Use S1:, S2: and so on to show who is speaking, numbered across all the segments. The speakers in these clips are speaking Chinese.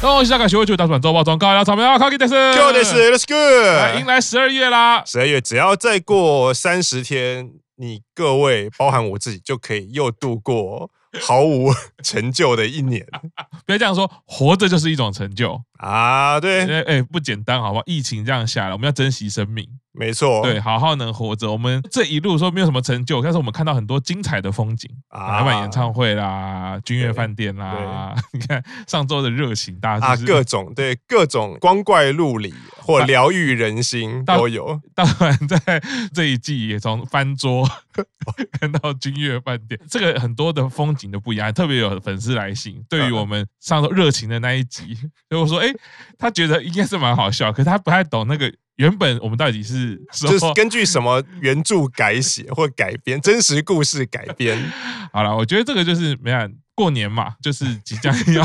S1: 恭喜大家学会就打转周报总告要草莓啊 c o c k y 的是
S2: 就得是 Let's
S1: 哎
S2: go。
S1: 迎来十二月啦，
S2: 十二月只要再过三十天，你各位包含我自己就可以又度过毫无成就的一年
S1: 不要这样说，活着就是一种成就，
S2: 啊！
S1: 因
S2: 对，
S1: 为哎不简单，好不好？疫情这样下来，我们要珍惜生命，
S2: 没错，
S1: 对，好好能活着。我们这一路说没有什么成就，但是我们看到很多精彩的风景，
S2: 啊
S1: 台湾演唱会啦，君悦饭店啦， 你看上周的热情，大家
S2: 啊，
S1: 是不是
S2: 各种对各种光怪陆离或疗愈人心
S1: 到
S2: 都有。
S1: 当然，在这一季也从翻 桌看到君悦饭店，这个很多的风景都不一样。特别有粉丝来信，
S2: 嗯
S1: 对于我们上周热情的那一集，所以我说，哎、他觉得应该是蛮好笑，可是他不太懂那个原本我们到底是
S2: 就是
S1: 说。
S2: 根据什么原著改写或改编，真实故事改 编，
S1: 好了，我觉得这个就是没办法过年嘛，就是即将 要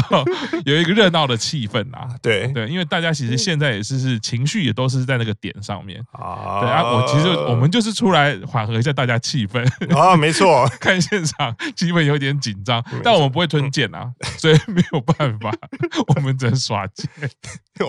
S1: 有一个热闹的气氛啦。
S2: 对
S1: 对，因为大家
S2: 嗯
S1: 其实现在也是是情绪也都是在那个点上面。
S2: 啊
S1: 对啊，我其实
S2: 哦
S1: 我们就是出来缓和一下大家气氛。
S2: 啊，没错，
S1: 看现场气氛有点紧张
S2: 没，嗯
S1: 但我们不会吞剑啊，所以没有办法， 我们只能耍剑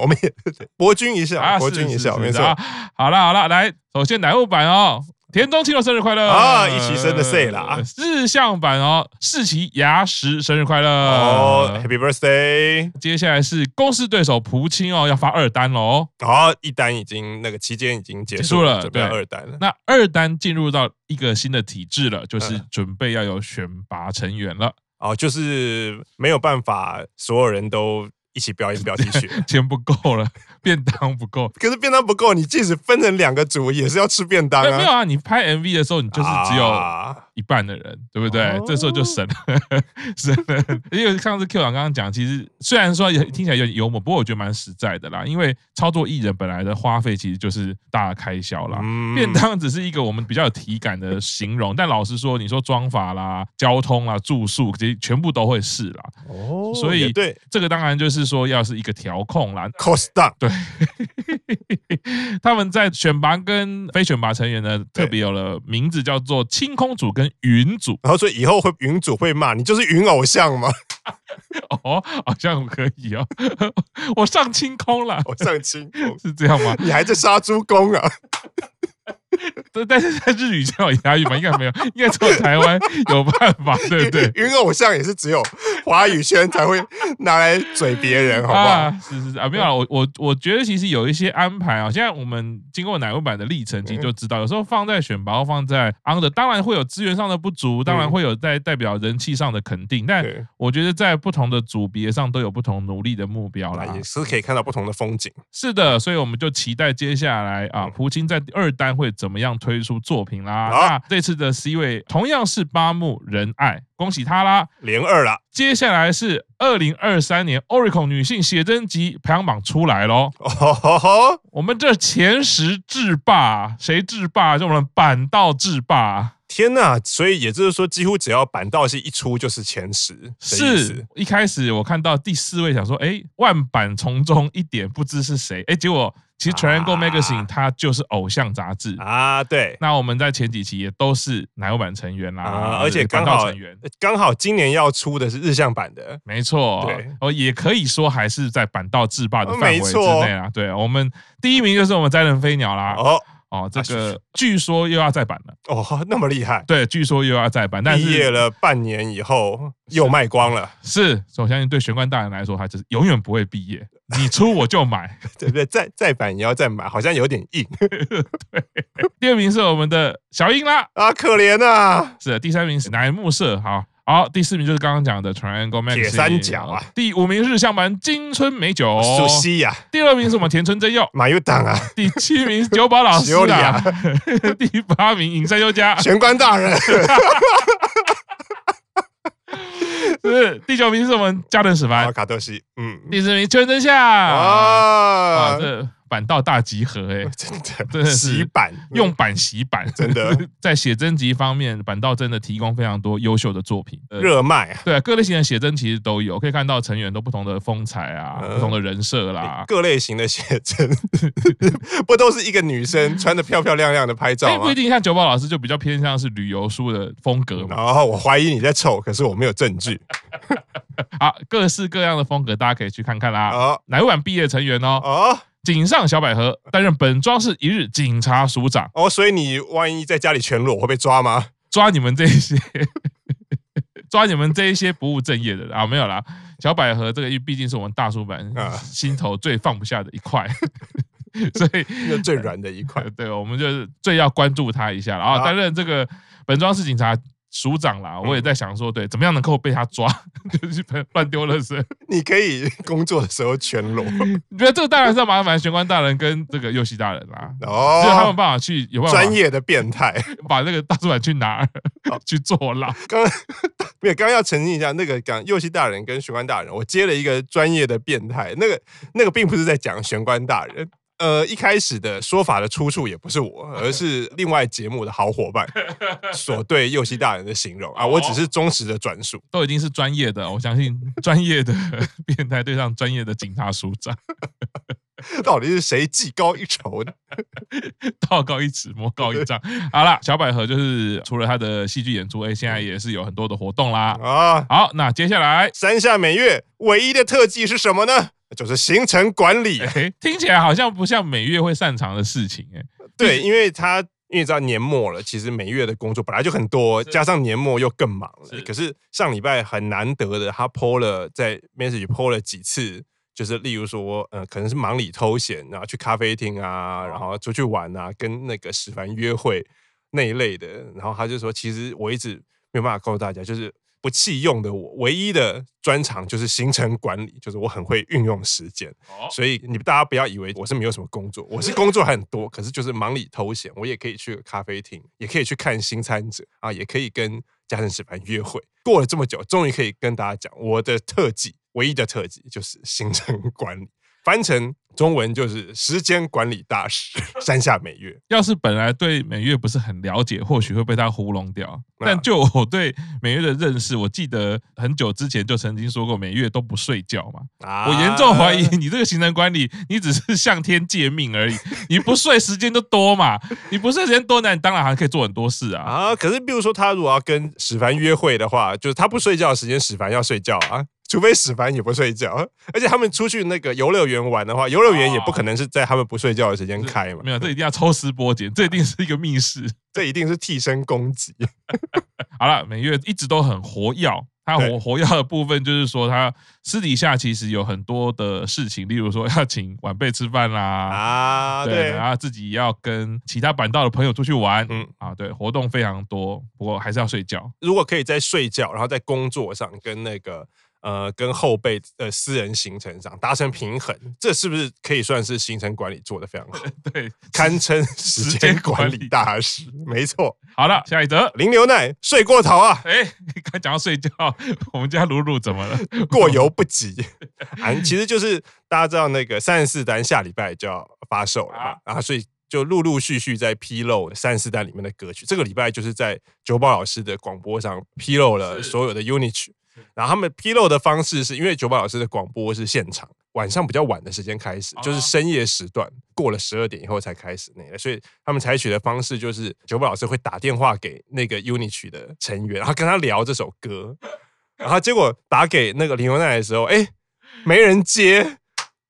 S2: 我们也博君一笑，
S1: 啊！
S2: 博
S1: 是
S2: 君一
S1: 是
S2: 笑，没
S1: 是
S2: 错
S1: 啊。好啦好啦，来，首先乃木坂哦，田中七郎生日快乐
S2: 啊一起生的 say 啦！
S1: 日向版哦，世奇牙石生日快乐
S2: 哦，Happy
S1: 嗯
S2: Birthday！
S1: 接下来是公式对手蒲青哦，要发二单喽。
S2: 然后一单已经那个期间已经结束
S1: 结束了
S2: 准备要
S1: 对
S2: 二单了。
S1: 那二单进入到一个新的体制了，就是
S2: 嗯
S1: 准备要有选拔成员了。
S2: 哦，就是没有办法，所有人都一起表演标题曲。
S1: 钱不够了，便当不够，
S2: 可是便当不够，你即使分成两个组，也是要吃便当
S1: 哎没有
S2: 啊。
S1: 啊，你拍 MV 的时候，你就是只有
S2: 啊
S1: 一半的人，对不对？
S2: 哦
S1: 这时候就省了， 省了。因为上次 Q 长刚刚讲，其实虽然说也听起来有点幽默，不过我觉得蛮实在的啦。因为操作艺人本来的花费其实就是大的开销啦。
S2: 嗯
S1: 便当只是一个我们比较有体感的形 容，但老实说，你说装法啦、交通啦、住宿，其实全部都会是啦。
S2: 哦
S1: 所以
S2: 也对
S1: 这个当然就是说，要是一个调控啦，
S2: cost down
S1: 对，他们在选拔跟非选拔成员呢，
S2: 对
S1: 特别有了名字叫做清空组跟云组
S2: 然后所以以后会云主会骂你就是云偶像嘛，
S1: 哦，好像可以哦， 我上清空了。
S2: 偶像 清空
S1: 是这样吗？
S2: 你还在杀猪工啊？
S1: 但但是在日语就有押韵嘛？应该没有， 应该只有台湾有办 法，对不对？
S2: 云偶像也是只有华语圈才会拿来嘴别人，好不好？
S1: 啊，是是是啊，没有啦我我我觉得其实有一些安排啊，现在我们经过奶油版的历程，其实就知道，有时候放在选拔，放在 under，当然会有资源上的不足，当然会有在代表人气上的肯定，但
S2: 对
S1: 我觉得在不同的组别上都有不同努力的目标啦
S2: 啊，。也是可以看到不同的风景。
S1: 是的，所以我们就期待接下来啊，
S2: 嗯
S1: 蒲金在第二单会怎么样推出作品啦。
S2: 好
S1: 那这次的 C 位同样是八木仁爱，恭喜他啦！
S2: 连二啦，
S1: 接下来是二零二三年 Oracle 女性写真集排行榜出来喽，
S2: 哦吼吼，
S1: 我们这前十制霸，谁制霸？就我们板道制霸。
S2: 天呐！所以也就是说，几乎只要板道系一出就是前十的意
S1: 是
S2: 思。
S1: 一开始我看到第四位，想说，哎，万版丛中一点不知是谁，哎，结果其实《Triangle
S2: 啊
S1: Magazine》它就是偶像杂志。
S2: 啊，对
S1: 那我们在前几期也都是奶油版成员啦，
S2: 啊，而且刚
S1: 板道
S2: 好
S1: 成员，
S2: 刚好今年要出的是日向版的，
S1: 没错
S2: 对，
S1: 哦，也可以说还是在板道制霸的
S2: 呃
S1: 范围
S2: 没
S1: 之
S2: 错
S1: 内啦。对，我们第一名就是我们斋人飞鸟啦。
S2: 哦
S1: 哦，这
S2: 啊是
S1: 个据说又要再版了，
S2: 哦，那么厉害，
S1: 对，据说又要再版，但是
S2: 毕业了半年以后又卖光了，
S1: 是，我相信对玄关大人来说，他就是永远不会毕业。 你出我就买。
S2: 对不对？再再版也要再买，好像有点硬
S1: 第二名是我们的小樱啦，
S2: 啊，可怜啊！
S1: 是的第三名是乃木社，好。好，第四名就是刚刚讲的 Triangle Magazine
S2: 铁三角啊哦
S1: 第五名是日向版金春美酒，
S2: 熟悉呀，
S1: 第六名是我们田村真佑，
S2: 马友 党啊，
S1: 第七名是久保 老师
S2: 久里
S1: 啊
S2: 啊，
S1: 第八名影山优 佳，
S2: 玄关大 人
S1: 啊是第九名是我们家人史
S2: 啊，
S1: 凡，
S2: 卡多西，嗯，
S1: 第十名秋元真夏，啊，
S2: 啊，
S1: 这板道大集合、欸，哎，
S2: 真
S1: 真
S2: 的
S1: 的是
S2: 洗版
S1: 用板洗板，
S2: 嗯真的
S1: 在写真集方面，板道真的提供非常多优秀的作品。呃
S2: 热卖啊，
S1: 对啊，各类型的写真其实都有，可以看到成员都不同的风采啊，
S2: 嗯
S1: 不同的人设啦。哎
S2: 各类型的写真， 不都是一个女生穿的漂漂亮亮的拍
S1: 哎，
S2: 照
S1: 不
S2: 吗
S1: 一？定，像九宝老师就比较偏向是旅游书的风格嘛，
S2: 然后哦我怀疑你在丑，可是我没有证据。
S1: 啊，各式各样的风格大家可以去看看啦。
S2: 哦
S1: 乃木坂毕业成员哦，
S2: 哦
S1: 井上小百合担任本庄市一日警察署长，
S2: 哦，所以你万一在家里全裸会被抓 吗？
S1: 抓你们这一些， 抓你们这一些不务正业的人啊，没有啦。小百合这个，因为毕竟是我们大叔版
S2: 啊
S1: 心头最放不下的一块， 所以
S2: 那最软的一 块
S1: 呃，对，我们就是最要关注他一下啦。然后
S2: 好
S1: 担任这个本庄市警察署长
S2: 嗯
S1: 啦，我也在想说，对，怎么样能够被他抓， 就是乱丢垃圾。
S2: 你可以工作的时候全 裸。
S1: 你觉得这个当然是要麻烦玄关大人跟这个右西大人啦。就是他们有
S2: 哦，
S1: 办法去有办
S2: 专
S1: 法
S2: 业的变态。
S1: 把那个大主管去拿 去坐牢，
S2: 刚 没有，刚刚要澄清一下，那个讲右西大人跟玄关大人，我接了一个专业的变态，那个那个并不是在讲玄关大人。呃，一开始的说法的出处也不是我，而是另外节目的好伙伴所对右西大人的形容啊，我只是忠实的转述。
S1: 都已经是专业的，我相信专业的 变态对上专业的警察署长，
S2: 到底是谁技高一筹呢？
S1: 道高一尺，魔高一丈。好啦，小百合就是除了他的戏剧演出，哎，现在也是有很多的活动啦。
S2: 啊，
S1: 好，那接下来，
S2: 山下美月唯一的特技是什么呢？就是行程管理。啊
S1: 哎，听起来好像不像每月会擅长的事情，哎，
S2: 对，因为他因为你知道年末了，其实每月的工作本来就很多，加上年末又更忙了。
S1: 是
S2: 可是上礼拜很难得的，他 PO 了在 message PO 了几次，就是例如说，呃，可能是忙里偷闲，然后去咖啡厅啊，然后出去玩啊，跟那个史凡约会那一类的。然后他就说，其实我一直没有办法告诉大家，就是。不弃用的我唯一的专长就是行程管理，就是我很会运用时间。所以你们大家不要以为我是没有什么工作，我是工作很多，可是就是忙里偷闲，我也可以去咖啡厅，也可以去看新参者啊，也可以跟家政史凡约会。过了这么久，终于可以跟大家讲我的特技，唯一的特技就是行程管理，翻成中文就是时间管理大师 山下美月。
S1: 要是本来对美月不是很了解，或许会被他糊弄掉。
S2: 啊
S1: 但就我对美月的认识，我记得很久之前就曾经说过，美月都不睡觉嘛。
S2: 啊
S1: 我严重怀疑你这个行程管理，你只是向天借命而已。你不睡时间就多嘛，你不睡时间多，那你当然还可以做很多事啊。
S2: 啊！可是比如说他如果要跟史凡约会的话，就是他不睡觉的时间，史凡要睡觉啊。除非史凡也不睡觉，而且他们出去那个游乐园玩的话，游乐园也不可能是在他们不睡觉的时间开嘛
S1: 没。有，这一定要抽丝剥茧，这一定是一个密室。
S2: 这一定是替身攻击。
S1: 好了，美月一直都很活跃。她活
S2: 对
S1: 活跃的部分就是说，她私底下其实有很多的事情，例如说要请晚辈吃饭啦，
S2: 啊，对
S1: 然后自己要跟其他板道的朋友出去玩，嗯
S2: 嗯
S1: 啊，对，活动非常多，不过还是要睡觉。
S2: 如果可以在睡觉，然后在工作上跟那个呃跟后辈的私人行程上达成平衡，这是不是可以算是行程管理做得非常好，
S1: 对，
S2: 堪称呃时
S1: 时间
S2: 间
S1: 管
S2: 管
S1: 理
S2: 理大师？没错，
S1: 好了，下一则。
S2: 林牛奶睡过头啊，
S1: 哎，刚讲到睡觉，我们家鲁鲁怎么了？
S2: 过犹不及。啊，其实就是大家知道那个三十四单下礼拜就要发售了嘛，啊，所以就陆陆续续在披露三十四单里面的歌曲。这个礼拜就是在九宝老师的广播上披露了
S1: 是
S2: 所有的 unit 曲。然后他们披露的方式是因为九宝老师的广播是现场，晚上比较晚的时间开始
S1: 哦，
S2: 就是深夜时段，过了十二点以后才开始那个，所以他们采取的方式就是九宝老师会打电话给那个 UNI 曲的成员，然后跟他聊这首歌，然后结果打给那个林永奈的时候，哎，没人接。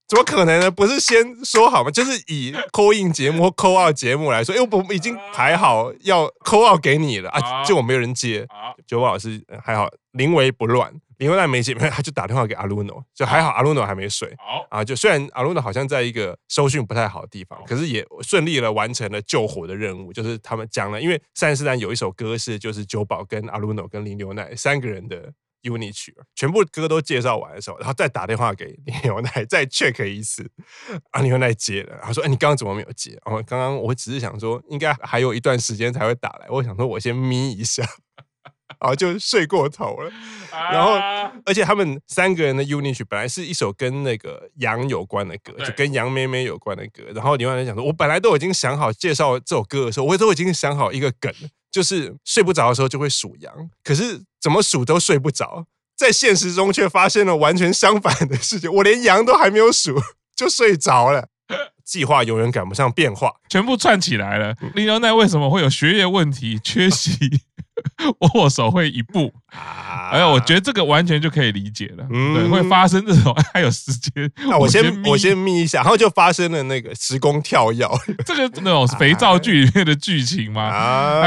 S2: 怎么可能呢？不是先说好吗？就是以 call in 节目或 call out 节目来说，因为我们已经排好要 call out 给你了
S1: 啊
S2: 啊，结果没有人接，
S1: 好，
S2: 九宝老师呃还好，临危不乱，临危乱没解，他就打电话给阿鲁诺，就还好阿鲁诺还没睡
S1: 好，
S2: 啊。就虽然阿鲁诺好像在一个收讯不太好的地方
S1: 好，
S2: 可是也顺利了完成了救火的任务。就是他们讲了，因为三十四单有一首歌是就是九宝跟阿鲁诺跟林牛奶三个人的。UNI 曲全部歌都介绍完的时候，然后再打电话给林牛奶再 check 一次，啊，林牛奶接了，然后说：“哎，你刚刚怎么没有接？”哦，刚刚我只是想说，应该还有一段时间才会打来，我想说我先眯一下，然后就睡过头了。然后
S1: 啊
S2: 而且他们三个人的 unit 本来是一首跟那个羊有关的歌，
S1: 对
S2: 就跟羊妹妹有关的歌。然后另外人讲说，我本来都已经想好介绍这首歌的时候，我都已经想好一个梗，就是睡不着的时候就会数羊，可是怎么数都睡不着。在现实中却发现了完全相反的事情，我连羊都还没有数 就睡着了。计划永远赶不上变化，
S1: 全部串起来了。林牛奈为什么会有学业问题缺席？ 握手会一步，
S2: 啊
S1: 哎呀，我觉得这个完全就可以理解了。
S2: 嗯
S1: 对，会发生这种， 还有时间，
S2: 啊那我先
S1: 眯
S2: 我先眯一下，然后就发生了那个时空跳跃
S1: 这个那种肥皂剧里面的剧情嘛，哎，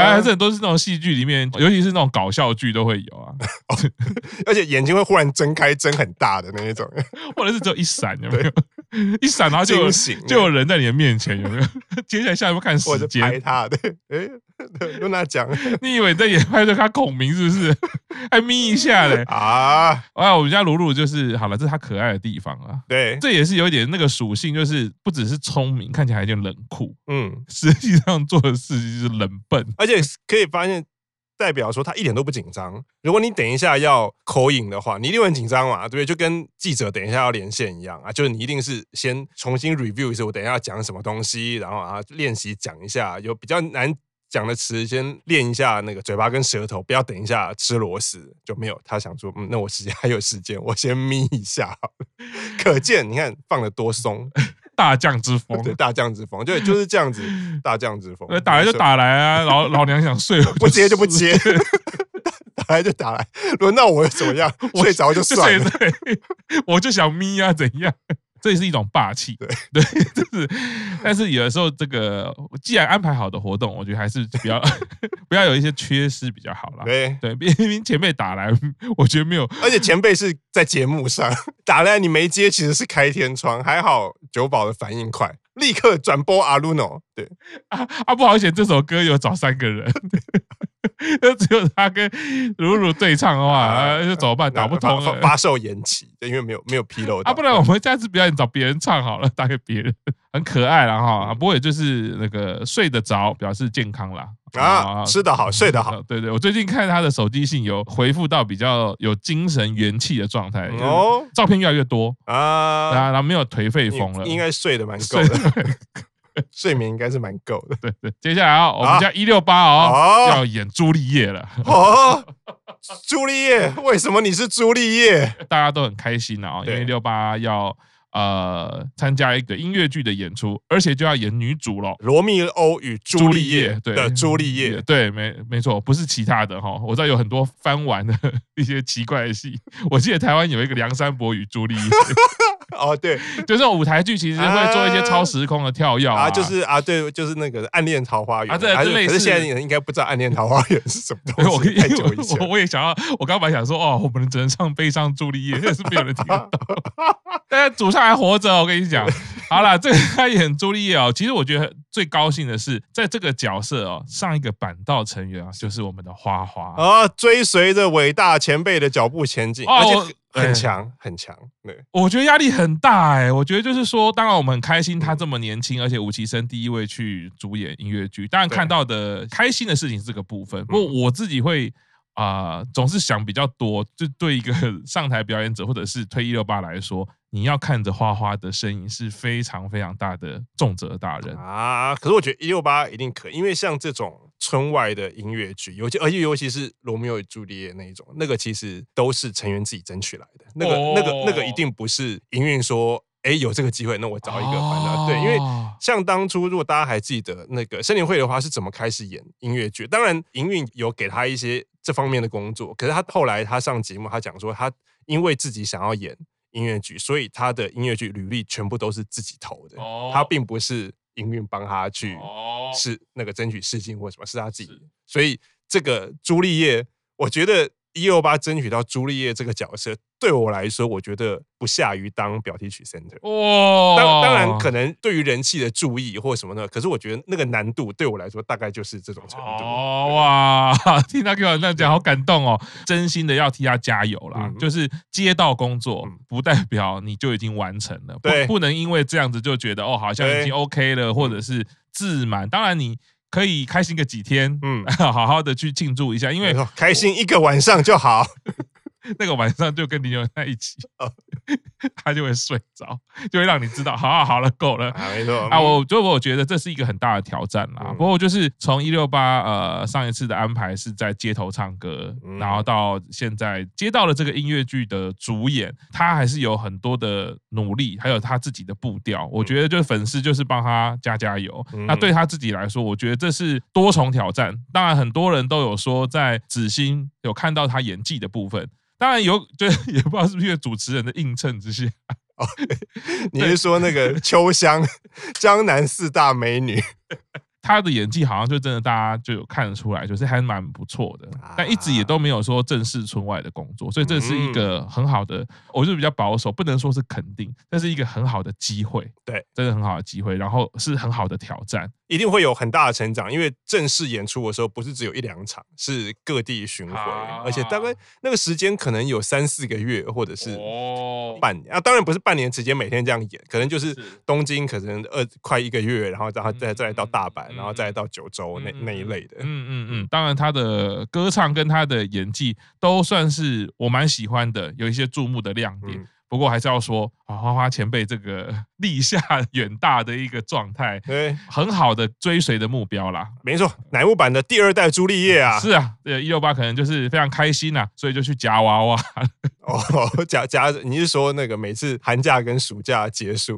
S2: 啊
S1: 还是，很多是那种戏剧里面，尤其是那种搞笑剧都会有啊，
S2: 而且眼睛会忽然睁开，睁很大的那一种，
S1: 或者是只有一闪，有没有？一闪然后就有
S2: 惊醒
S1: 就有人在你的面前，有没有？接下来下一步看
S2: 或
S1: 时
S2: 者
S1: 间
S2: 拍，他的， 哎，跟他讲
S1: 你以为你在演派对他孔明是不是？ 还眯一下嘞！
S2: 啊，
S1: 哎，我们家鲁鲁就是好了，这是他可爱的地方啊。
S2: 对，
S1: 这也是有一点那个属性，就是不只是聪明，看起来有点冷酷，
S2: 嗯，
S1: 实际上做的事情就是冷笨。
S2: 而且可以发现。代表说他一点都不紧张。如果你等一下要口引的话，你一定会很紧张嘛，对不对？就跟记者等一下要连线一样啊，就是你一定是先重新 review 一次，我等一下要讲什么东西，然后啊练习讲一下，有比较难讲的词先练一下那个嘴巴跟舌头，不要等一下吃螺丝就没有。他想说，嗯，那我时间 还有时间，我先眯一下好了。可见你看放的 多松，
S1: 大将之风，
S2: 对大将之风，对，就是这样子，大将之风
S1: 呃，，打来就打来啊，老老娘想睡，我
S2: 不接就不
S1: 睡，
S2: 接， 打来就打来，轮到我又怎么样？睡着就
S1: 就
S2: 算
S1: 睡
S2: 了。
S1: 对，我就想眯啊，怎样？这也是一种霸气，对对， 就是。但是有的时候，这个既然安排好的活动，我觉得还是不要 不要有一些缺失比较好啦。
S2: 对，
S1: 对，毕竟前辈打来，我觉得没有
S2: 而且前辈是在节目上打来，你没接其实是开天窗，还好九宝的反应快，立刻转播阿鲁诺。对，
S1: 啊啊，不好写这首歌有找三个人， 就只有他跟鲁鲁对唱的话，
S2: 啊
S1: 啊就怎么办？打不通
S2: 发发
S1: 了
S2: 发售延期，对因为没有没有披露到
S1: 啊，不然我们下次表演找别人唱好了，打给别人，很可爱啦哈。啊
S2: 嗯
S1: 不过也就是那个睡得着，表示健康啦。哦
S2: 啊，吃得好，睡得好
S1: 啊。对对，我最近看他的手机信有回复到比较有精神元气的状态，哦，
S2: 哦
S1: 照片越来越多，啊，
S2: 啊，
S1: 然后没有颓废
S2: 你
S1: 风了，
S2: 应该睡得蛮够
S1: 睡
S2: 的，睡眠应该是蛮够 的。
S1: 对对。接下来啊，我
S2: 啊
S1: 们家一六八哦
S2: 哦
S1: 要演朱丽叶了。
S2: 哦，朱丽叶，为什么你是朱丽叶？
S1: 大家都很开心啊、因
S2: 对
S1: 为六八要呃参加一个音乐剧的演出，而且就要演女主了。
S2: 罗密欧与朱丽叶
S1: 对
S2: 的朱丽叶，
S1: 对，没没错，不是其他的哈。我知道有很多翻玩的 一些奇怪的戏，我记得台湾有一个《梁山伯与朱丽叶》，
S2: 哦，对
S1: 就这种舞台剧其实会做一些
S2: 啊
S1: 超时空的跳跃
S2: 啊，就是啊，对，就是那个《暗恋桃花源》
S1: 啊对
S2: 还
S1: 这
S2: 是
S1: 类似
S2: 可是现在人应该不知道《暗恋桃花源》是什么
S1: 对 我
S2: 东
S1: 可以
S2: 西，太久以前
S1: 我。我也想要，我刚本来想说，哦，我们只能唱《悲伤朱丽叶》，但是没有人听得懂。 但是主唱还活着，我跟你讲。好了，这个他演朱丽叶哦，其实我觉得最高兴的是，在这个角色哦，上一个板道成员啊，就是我们的花花。
S2: 啊，追随着伟大前辈的脚步前进，
S1: 哦
S2: 而
S1: 我
S2: 且很
S1: 哎
S2: 很强，很强。对，
S1: 我觉得压力很大哎、我觉得就是说，当然我们很开心他这么年轻，而且吴奇生第一位去主演音乐剧，当然
S2: 对嗯
S1: 看到的开心的事情是这个部分。不过我自己会啊、呃总是想比较多，就对一个 上台表演者或者是推一六八来说，你要看着花花的身影是非常非常大的重责大人。
S2: 啊，可是我觉得一六八一定可以，因为像这种村外的音乐剧，尤其而且尤其是《罗密欧与朱丽叶》那一种，那个其实都是成员自己争取来的，那个、那个
S1: 哦
S2: 那个一定不是营运说，哎，有这个机会，那我找一个反正、对，因为。
S1: 哦
S2: 像当初，如果大家还记得那个森林会的话，是怎么开始演音乐剧？当然，营运有给他一些这方面的工作，可是他后来他上节目，他讲说他因为自己想要演音乐剧，所以他的音乐剧履历全部都是自己投的。
S1: 哦
S2: 他并不是营运帮他去
S1: 哦
S2: 是那个争取试镜或什么，是他自
S1: 是
S2: 己。所以这个朱丽叶，我觉得一六八争取到朱丽叶这个角色，对我来说，我觉得不下于当表题曲 center。
S1: 哇
S2: 当当然，可能对于人气的注意或什么呢？可是我觉得那个难度对我来说，大概就是这种程度。
S1: 哦哇， 听他给我那样讲，好感动哦！真心的要替他加油啦。
S2: 嗯
S1: 就是接到工作
S2: 嗯，
S1: 不代表你就已经完成了，不
S2: 对
S1: 不能因为这样子就觉得哦，好像已
S2: 对嗯
S1: 经 OK 了，或者是自满。当然你。可以开心个几天，
S2: 嗯，
S1: 好好的去庆祝一下，因为啊
S2: 没错开心一个晚上就好。
S1: 那个晚上就跟林友在一起，
S2: 哦
S1: 他就会睡着，就会让你知道，好好好了，够了。
S2: 啊，没错
S1: 啊，我就我觉得这是一个很大的挑战啦。
S2: 嗯
S1: 不过就是从一六八呃上一次的安排是在街头唱歌，
S2: 嗯
S1: 然后到现在接到了这个音乐剧的主演，他还是有很多的努力，还有他自己的步调。我觉得就是粉丝就是帮他加加油。
S2: 嗯
S1: 那对他自己来说，我觉得这是多重挑战。当然，很多人都有说在子欣有看到他演技的部分。当然有， 就是也不知道是不是因为主持人的映衬之下，
S2: 你是说 那个秋香，江南四大美女？
S1: 他的演技好像就真的大家就有看得出来，就是还蛮不错的
S2: 啊，嗯
S1: 但一直也都没有说正式村外的工作，所以这是一个很好的，我就比较保守，不能说是肯定，这是一个很好的机会，
S2: 对，
S1: 真的很好的机会，然后是很好的挑战，
S2: 一定会有很大的成长，因为正式演出的时候不是只有一两场，是各地巡回，
S1: 啊
S2: 而且大概那个时间可能有三四个月，或者是
S1: 哦
S2: 半年啊，当然不是半年直接每天这样演，可能就是
S1: 是
S2: 东京可能二快一个月，然后然后再
S1: 嗯
S2: 再来到大阪，
S1: 嗯
S2: 然后再来到九州那
S1: 嗯嗯
S2: 那一类的，
S1: 嗯嗯嗯，当然他的歌唱跟他的演技都算是我蛮喜欢的，有一些注目的亮点。
S2: 嗯
S1: 不过还是要说啊，花花前辈这个 立下远大的一个状态，
S2: 对，
S1: 很好的追随的目标啦。
S2: 没错，乃木坂的第二代朱丽叶啊，
S1: 是啊，这一六八可能就是非常开心啊，所以就去夹娃娃。
S2: 哦，夹夹，你是说那个每次寒假跟暑假结束，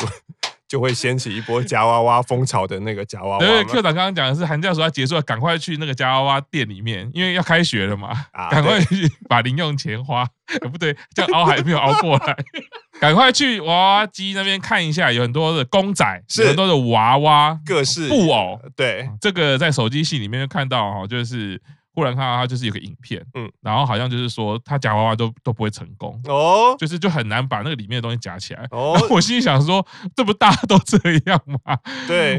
S2: 就会掀起一波夹娃娃风潮的那个夹娃娃
S1: 因为
S2: 吗
S1: Q 长刚刚讲的是寒假暑假结束了，赶快去那个夹娃娃店里面，因为要开学了嘛，
S2: 啊
S1: 赶快去把零用钱花。 呃不对，这样熬还没有熬过 来，赶快去娃娃机那边看一下，有很多的公仔，
S2: 是
S1: 有很多的娃娃
S2: 各式
S1: 布偶。
S2: 对，
S1: 这个在手机戏里面就看到哦，就是忽然看到他就是有个影片，嗯
S2: 嗯，
S1: 然后好像就是说他夹娃娃都都不会成功，
S2: 哦
S1: 就是就很难把那个里面的东西夹起来。
S2: 哦
S1: 然 后，我心里想说，这不大家都这样吗？
S2: 对，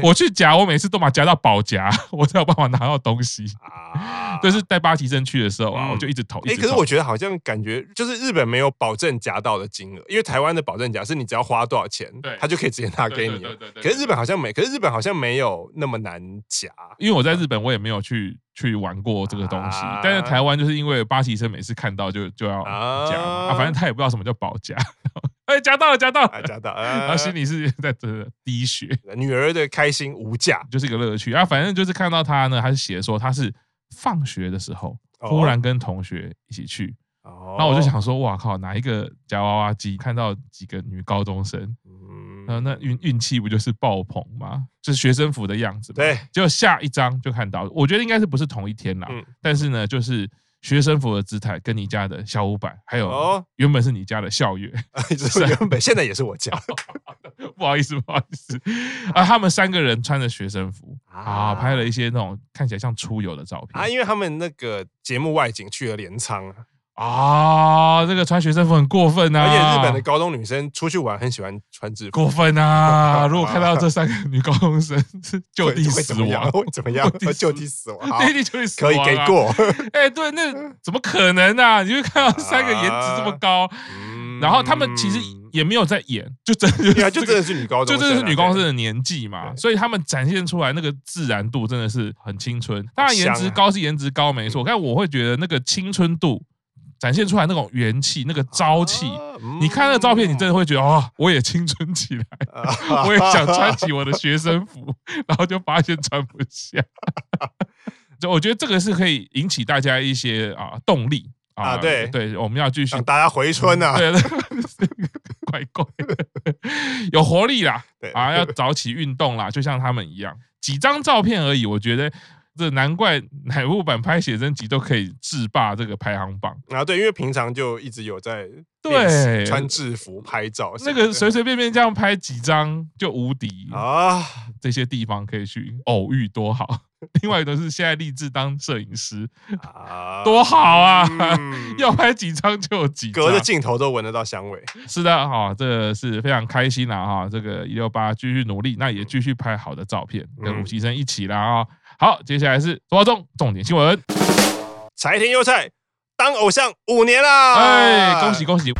S1: 我去夹，我每次都把夹到饱夹， 我才有办法拿到东西。
S2: 啊
S1: 就是带巴提生去的时候啊，
S2: 嗯
S1: 我就一直投，
S2: 哎、
S1: 一直
S2: 可是
S1: 投
S2: 我觉得好像感觉就是日本没有保证夹到的金额，因为台湾的保证夹是你只要花多少钱
S1: 对，
S2: 他就可以直接拿给你
S1: 对对
S2: 了。
S1: 对对对
S2: 可是日本好像没，可是日本好像没有那么难夹。
S1: 因为我在日本，我也没有去去玩过这个东西，
S2: 啊
S1: 但是台湾就是因为巴提生每次看到就就要夹嘛，
S2: 啊
S1: 啊，反正他也不知道什么叫饱夹， 哎，夹到了，夹到
S2: 啊，
S1: 了，
S2: 夹到，
S1: 然
S2: 啊
S1: 后心里是在真的滴血。
S2: 女儿的开心无价，
S1: 就是一个乐趣啊。反正就是看到他呢，他是写说他是放学的时候
S2: 哦
S1: 忽然跟同学一起去，
S2: 哦
S1: 然后我就，想说，哇靠，哪一个夹娃娃机看到几个女高中生，
S2: 嗯
S1: 然后呃那运运气不就是爆棚吗？就是学生服的样子嘛。
S2: 对，
S1: 结果下一张就看到，我觉得应该是不是同一天啦
S2: 嗯，
S1: 但是呢，就是。学生服的姿态跟你家的小五百，还有
S2: 哦
S1: 原本是你家的校园，
S2: 嗯 就是原本现在也是我夹
S1: 不好意思，不好意思啊，他们三个人穿着学生服啊，
S2: 啊
S1: 拍了一些那种看起来像出游的照片
S2: 啊，因为他们那个节目外景去了镰仓啊，
S1: 啊，这个穿学生服很过分啊！
S2: 而且日本的高中女生出去玩很喜欢穿制服，
S1: 过分 啊！如果看到这三个女高中生是 就
S2: 会
S1: 地
S2: 会
S1: 死
S2: 怎么 样？
S1: 亡，
S2: 会怎么样
S1: 就 地？死
S2: 就地死亡，好
S1: 就地就会死
S2: 可
S1: 亡、
S2: 以
S1: 啊，
S2: 给。过。
S1: 哎，对，那怎么可能啊？你就看到三个颜值这么高，
S2: 嗯
S1: 然后他们其实也没有在演，就真的
S2: 对啊，
S1: 这
S2: 就
S1: 个
S2: 真 的是女高中
S1: 就
S2: 生啊，
S1: 真的是女高中生
S2: 对
S1: 的年纪嘛，
S2: 对
S1: 所以他们展现出来那个自然度真的是很青春。当然颜
S2: 香啊嗯
S1: 值高是颜值高没错，但我会觉得那个青春度展现出来那种元气、那个朝气。
S2: 啊嗯
S1: 你看那个照片，你真的会觉得哦，我也青春起来，
S2: 啊
S1: 我也想穿起我的学生服， 然后就发现穿不下。 就我觉得这个是可以引起大家一些啊动力
S2: 啊对
S1: 对，我们要继续
S2: 让大家回春啊。
S1: 嗯对，怪怪的， 有活力啦
S2: 对，
S1: 啊，要早起运动啦，就像他们一样，几张照片而已，我觉得这难怪乃木坂拍写真集都可以制霸这个排行榜。
S2: 啊，对，因为平常就一直有在练习
S1: 对，
S2: 穿制服拍照什
S1: 那
S2: 么的，
S1: 个随随便便这样拍几张就无敌，
S2: 啊，
S1: 这些地方可以去偶遇，多好。另外一个是现在立志当摄影师，
S2: 啊
S1: 多好啊
S2: 嗯
S1: 要拍几张就有几张，
S2: 隔着镜头都闻得到香味。
S1: 是的，哈、这个是非常开心啦，哈、这个一六八继续努力，那也继续拍好的照片，跟
S2: 嗯
S1: 吴奇生一起啦啊、好，接下来是多少中重点新闻，
S2: 柴田优菜当偶像五年啦，
S1: 哎，恭喜！恭喜！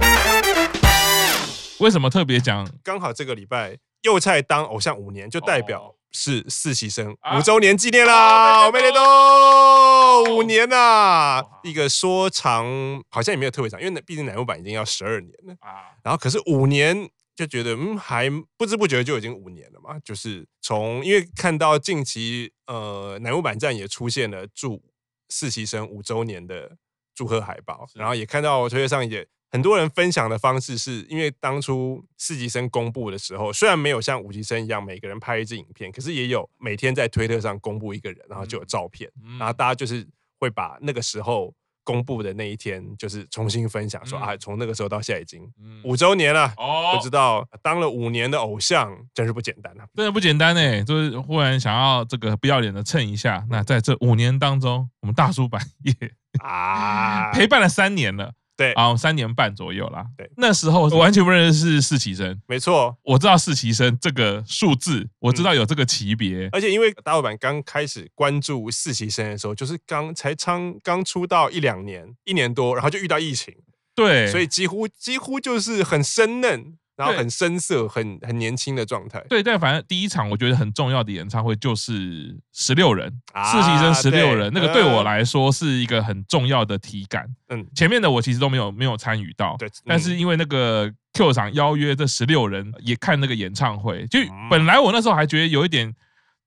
S1: 为什么特别讲
S2: 刚好这个礼拜。幼菜当偶像五年，就代表是实习生
S1: 啊
S2: 五周年纪念
S1: 啊
S2: 啦，哦我
S1: 妹
S2: 们
S1: 妹
S2: 雷
S1: 都
S2: 都五年啦
S1: 哇，
S2: 一个说长好像也没有特别长，因为那毕竟乃木坂已经要十二年了，
S1: 啊，
S2: 然后可是五年就觉得嗯，还不知不觉就已经五年了嘛，就是从因为看到近期呃乃木坂站也出现了祝实习生五周年的祝贺海报，
S1: 是
S2: 然后也看到推特上也。很多人分享的方式是因为当初四级生公布的时候，虽然没有像五级生一样每个人拍一支影片，可是也有每天在推特上公布一个人，然后就有
S1: 嗯
S2: 照片。
S1: 嗯
S2: 然后大家就是会把那个时候公布的那一天，就是重新分享说、
S1: 嗯
S2: 啊，从那个时候到现在已经
S1: 嗯
S2: 五周年了。
S1: 哦
S2: 不知，道当了五年的偶像真是不简单啊！
S1: 真的不简单哎，就是忽然想要这个不要脸的蹭一下。那在这五年当中，我们大叔版也
S2: 啊，
S1: 陪伴了三年了，
S2: 对
S1: 啊，三年半左右啦。
S2: 对
S1: 那时候我完全不认识四期生，
S2: 没错，
S1: 我知道四期生这个数字，我知道有这个级别，
S2: 而且因为大老板刚开始关注实习生的时候，就是刚才刚刚出道一两年，一年多，然后就遇到疫情，
S1: 对，
S2: 所以几乎几乎就是很生嫩，然后
S1: 对
S2: 很生涩，很很年轻的状态。
S1: 对，但反正第一场我觉得很重要的演唱会就是十六人，
S2: 啊
S1: 实习生十六人，那
S2: 对
S1: 个对我
S2: 嗯
S1: 来说是一个很重要的体感。
S2: 嗯，
S1: 前面的我其实都没有没有参与到，
S2: 对
S1: 但
S2: 嗯
S1: 是因为那个 Q 场邀约这十六人也看那个演唱会，就
S2: 嗯
S1: 本来我那时候还觉得有一点。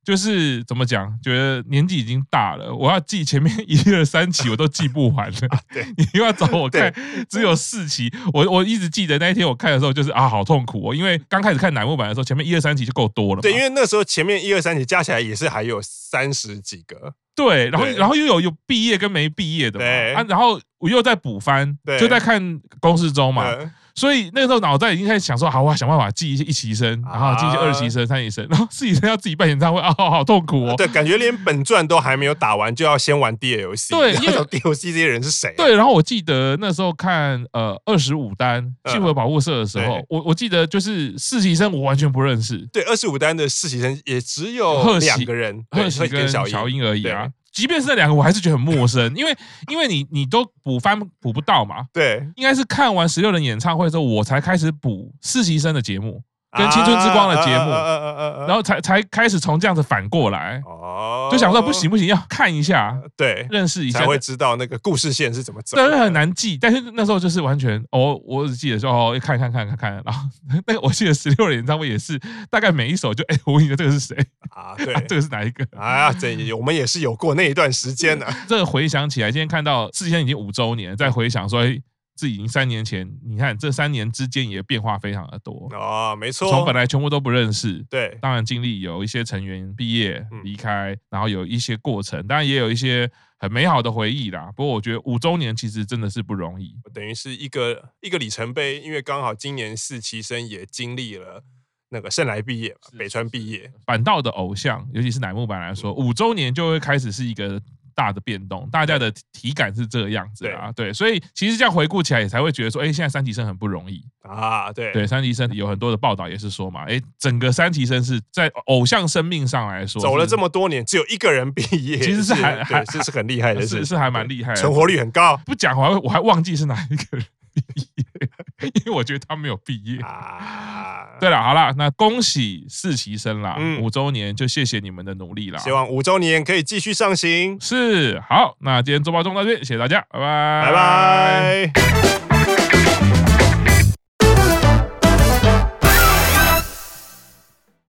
S1: 就是怎么讲，觉得年纪已经大了，我要记前面 一二三期我都记不完了。
S2: 啊对，
S1: 你又要找我看，只有四期。我我一直记得那一天我看的时候，就是啊，好痛苦哦，因为刚开始看乃木坂的时候，前面一二三期就够多了嘛。
S2: 对，因为那时候前面一二三集加起来也是还有三十几个，
S1: 对，然后
S2: 对
S1: 然后又有有毕业跟没毕业的嘛，
S2: 对
S1: 啊，然后我又在补番，
S2: 对
S1: 就在看公式中嘛，
S2: 嗯
S1: 所以那时候脑袋已经开始想说，好，我要想办法记一些一期生，然后记一些
S2: 啊
S1: 二期生、三期生，然后四期生要自己办演唱会，啊，好好痛苦哦。
S2: 对，感觉连本传都还没有打完，就要先玩 DLC。
S1: 对因为
S2: DLC 这些人是谁啊、
S1: 对，然后我记得那时候看呃二十五单
S2: 嗯
S1: 幸福保护社的时候
S2: 对，
S1: 我我记得就是四期生我完全不认识，
S2: 对，二十五单的实习生也只有
S1: 贺喜
S2: 两个人，对
S1: 贺喜
S2: 贺
S1: 跟
S2: 小
S1: 小
S2: 樱
S1: 英而已啊
S2: 对。
S1: 即便是那两个，我还是觉得很陌生，因为因为你你都补番补不到嘛，
S2: 对，
S1: 应该是看完十六人演唱会之后，我才开始补实习生的节目，跟青春之光的节目
S2: 啊啊啊啊啊啊
S1: 然后才才开始从这样子反过来，
S2: 哦，
S1: 就想说不行，不行，要看一下，
S2: 对，
S1: 认识一下
S2: 才。会知道那个故事线是怎么走的。
S1: 但是很难记，但是那时候就是完全，哦，我只记得说哦，看看看看看，然后 那个我记得十六人演唱会也是，大概每一首就哎，我问你这个是谁，
S2: 啊，对
S1: 啊， 这个是哪一个？
S2: 啊，这也我们也是有过那一段时间的、
S1: 这个回想起来，今天看到事先已经五周年，再回想说，哎，自己已经三年前，你看这三年之间也变化非常的多，
S2: 哦，没错，
S1: 从本来全部都不认识，
S2: 对
S1: 当然经历有一些成员毕业
S2: 嗯
S1: 离开，然后有一些过程，当然也有一些很美好的回忆啦。不过我觉得五周年其实真的是不容易，
S2: 等于是一个一个里程碑，因为刚好今年四期生也经历了那个圣莱毕业嘛
S1: 是，
S2: 呃北川毕业，嗯
S1: 反倒的偶像，尤其是乃木坂来说，五周年就会开始是一个。大的变动，大家的体感是这样子啊，对，所以其实这样回顾起来，也才会觉得说，哎、现在三级生很不容易。
S2: 啊，对
S1: 对，三级生有很多的报道也是说嘛，哎、整个三级生是在偶像生命上来说，
S2: 走了这
S1: 么。
S2: 么多年，只有一个人毕业，
S1: 其实是还
S2: 对
S1: 还
S2: 是是很厉害的
S1: 是
S2: 事情，
S1: 是还蛮厉害的
S2: 存活率很高
S1: 不讲，我还我还忘记是哪一个人毕业，因为我觉得他没有毕业。
S2: 啊。
S1: 对了，好了，那恭喜四期生啦，
S2: 嗯
S1: 五周年就谢谢你们的努力啦。
S2: 希望五周年可以继续上行，
S1: 是好，那今天周报中到这边，谢谢大家，拜拜，
S2: 拜拜。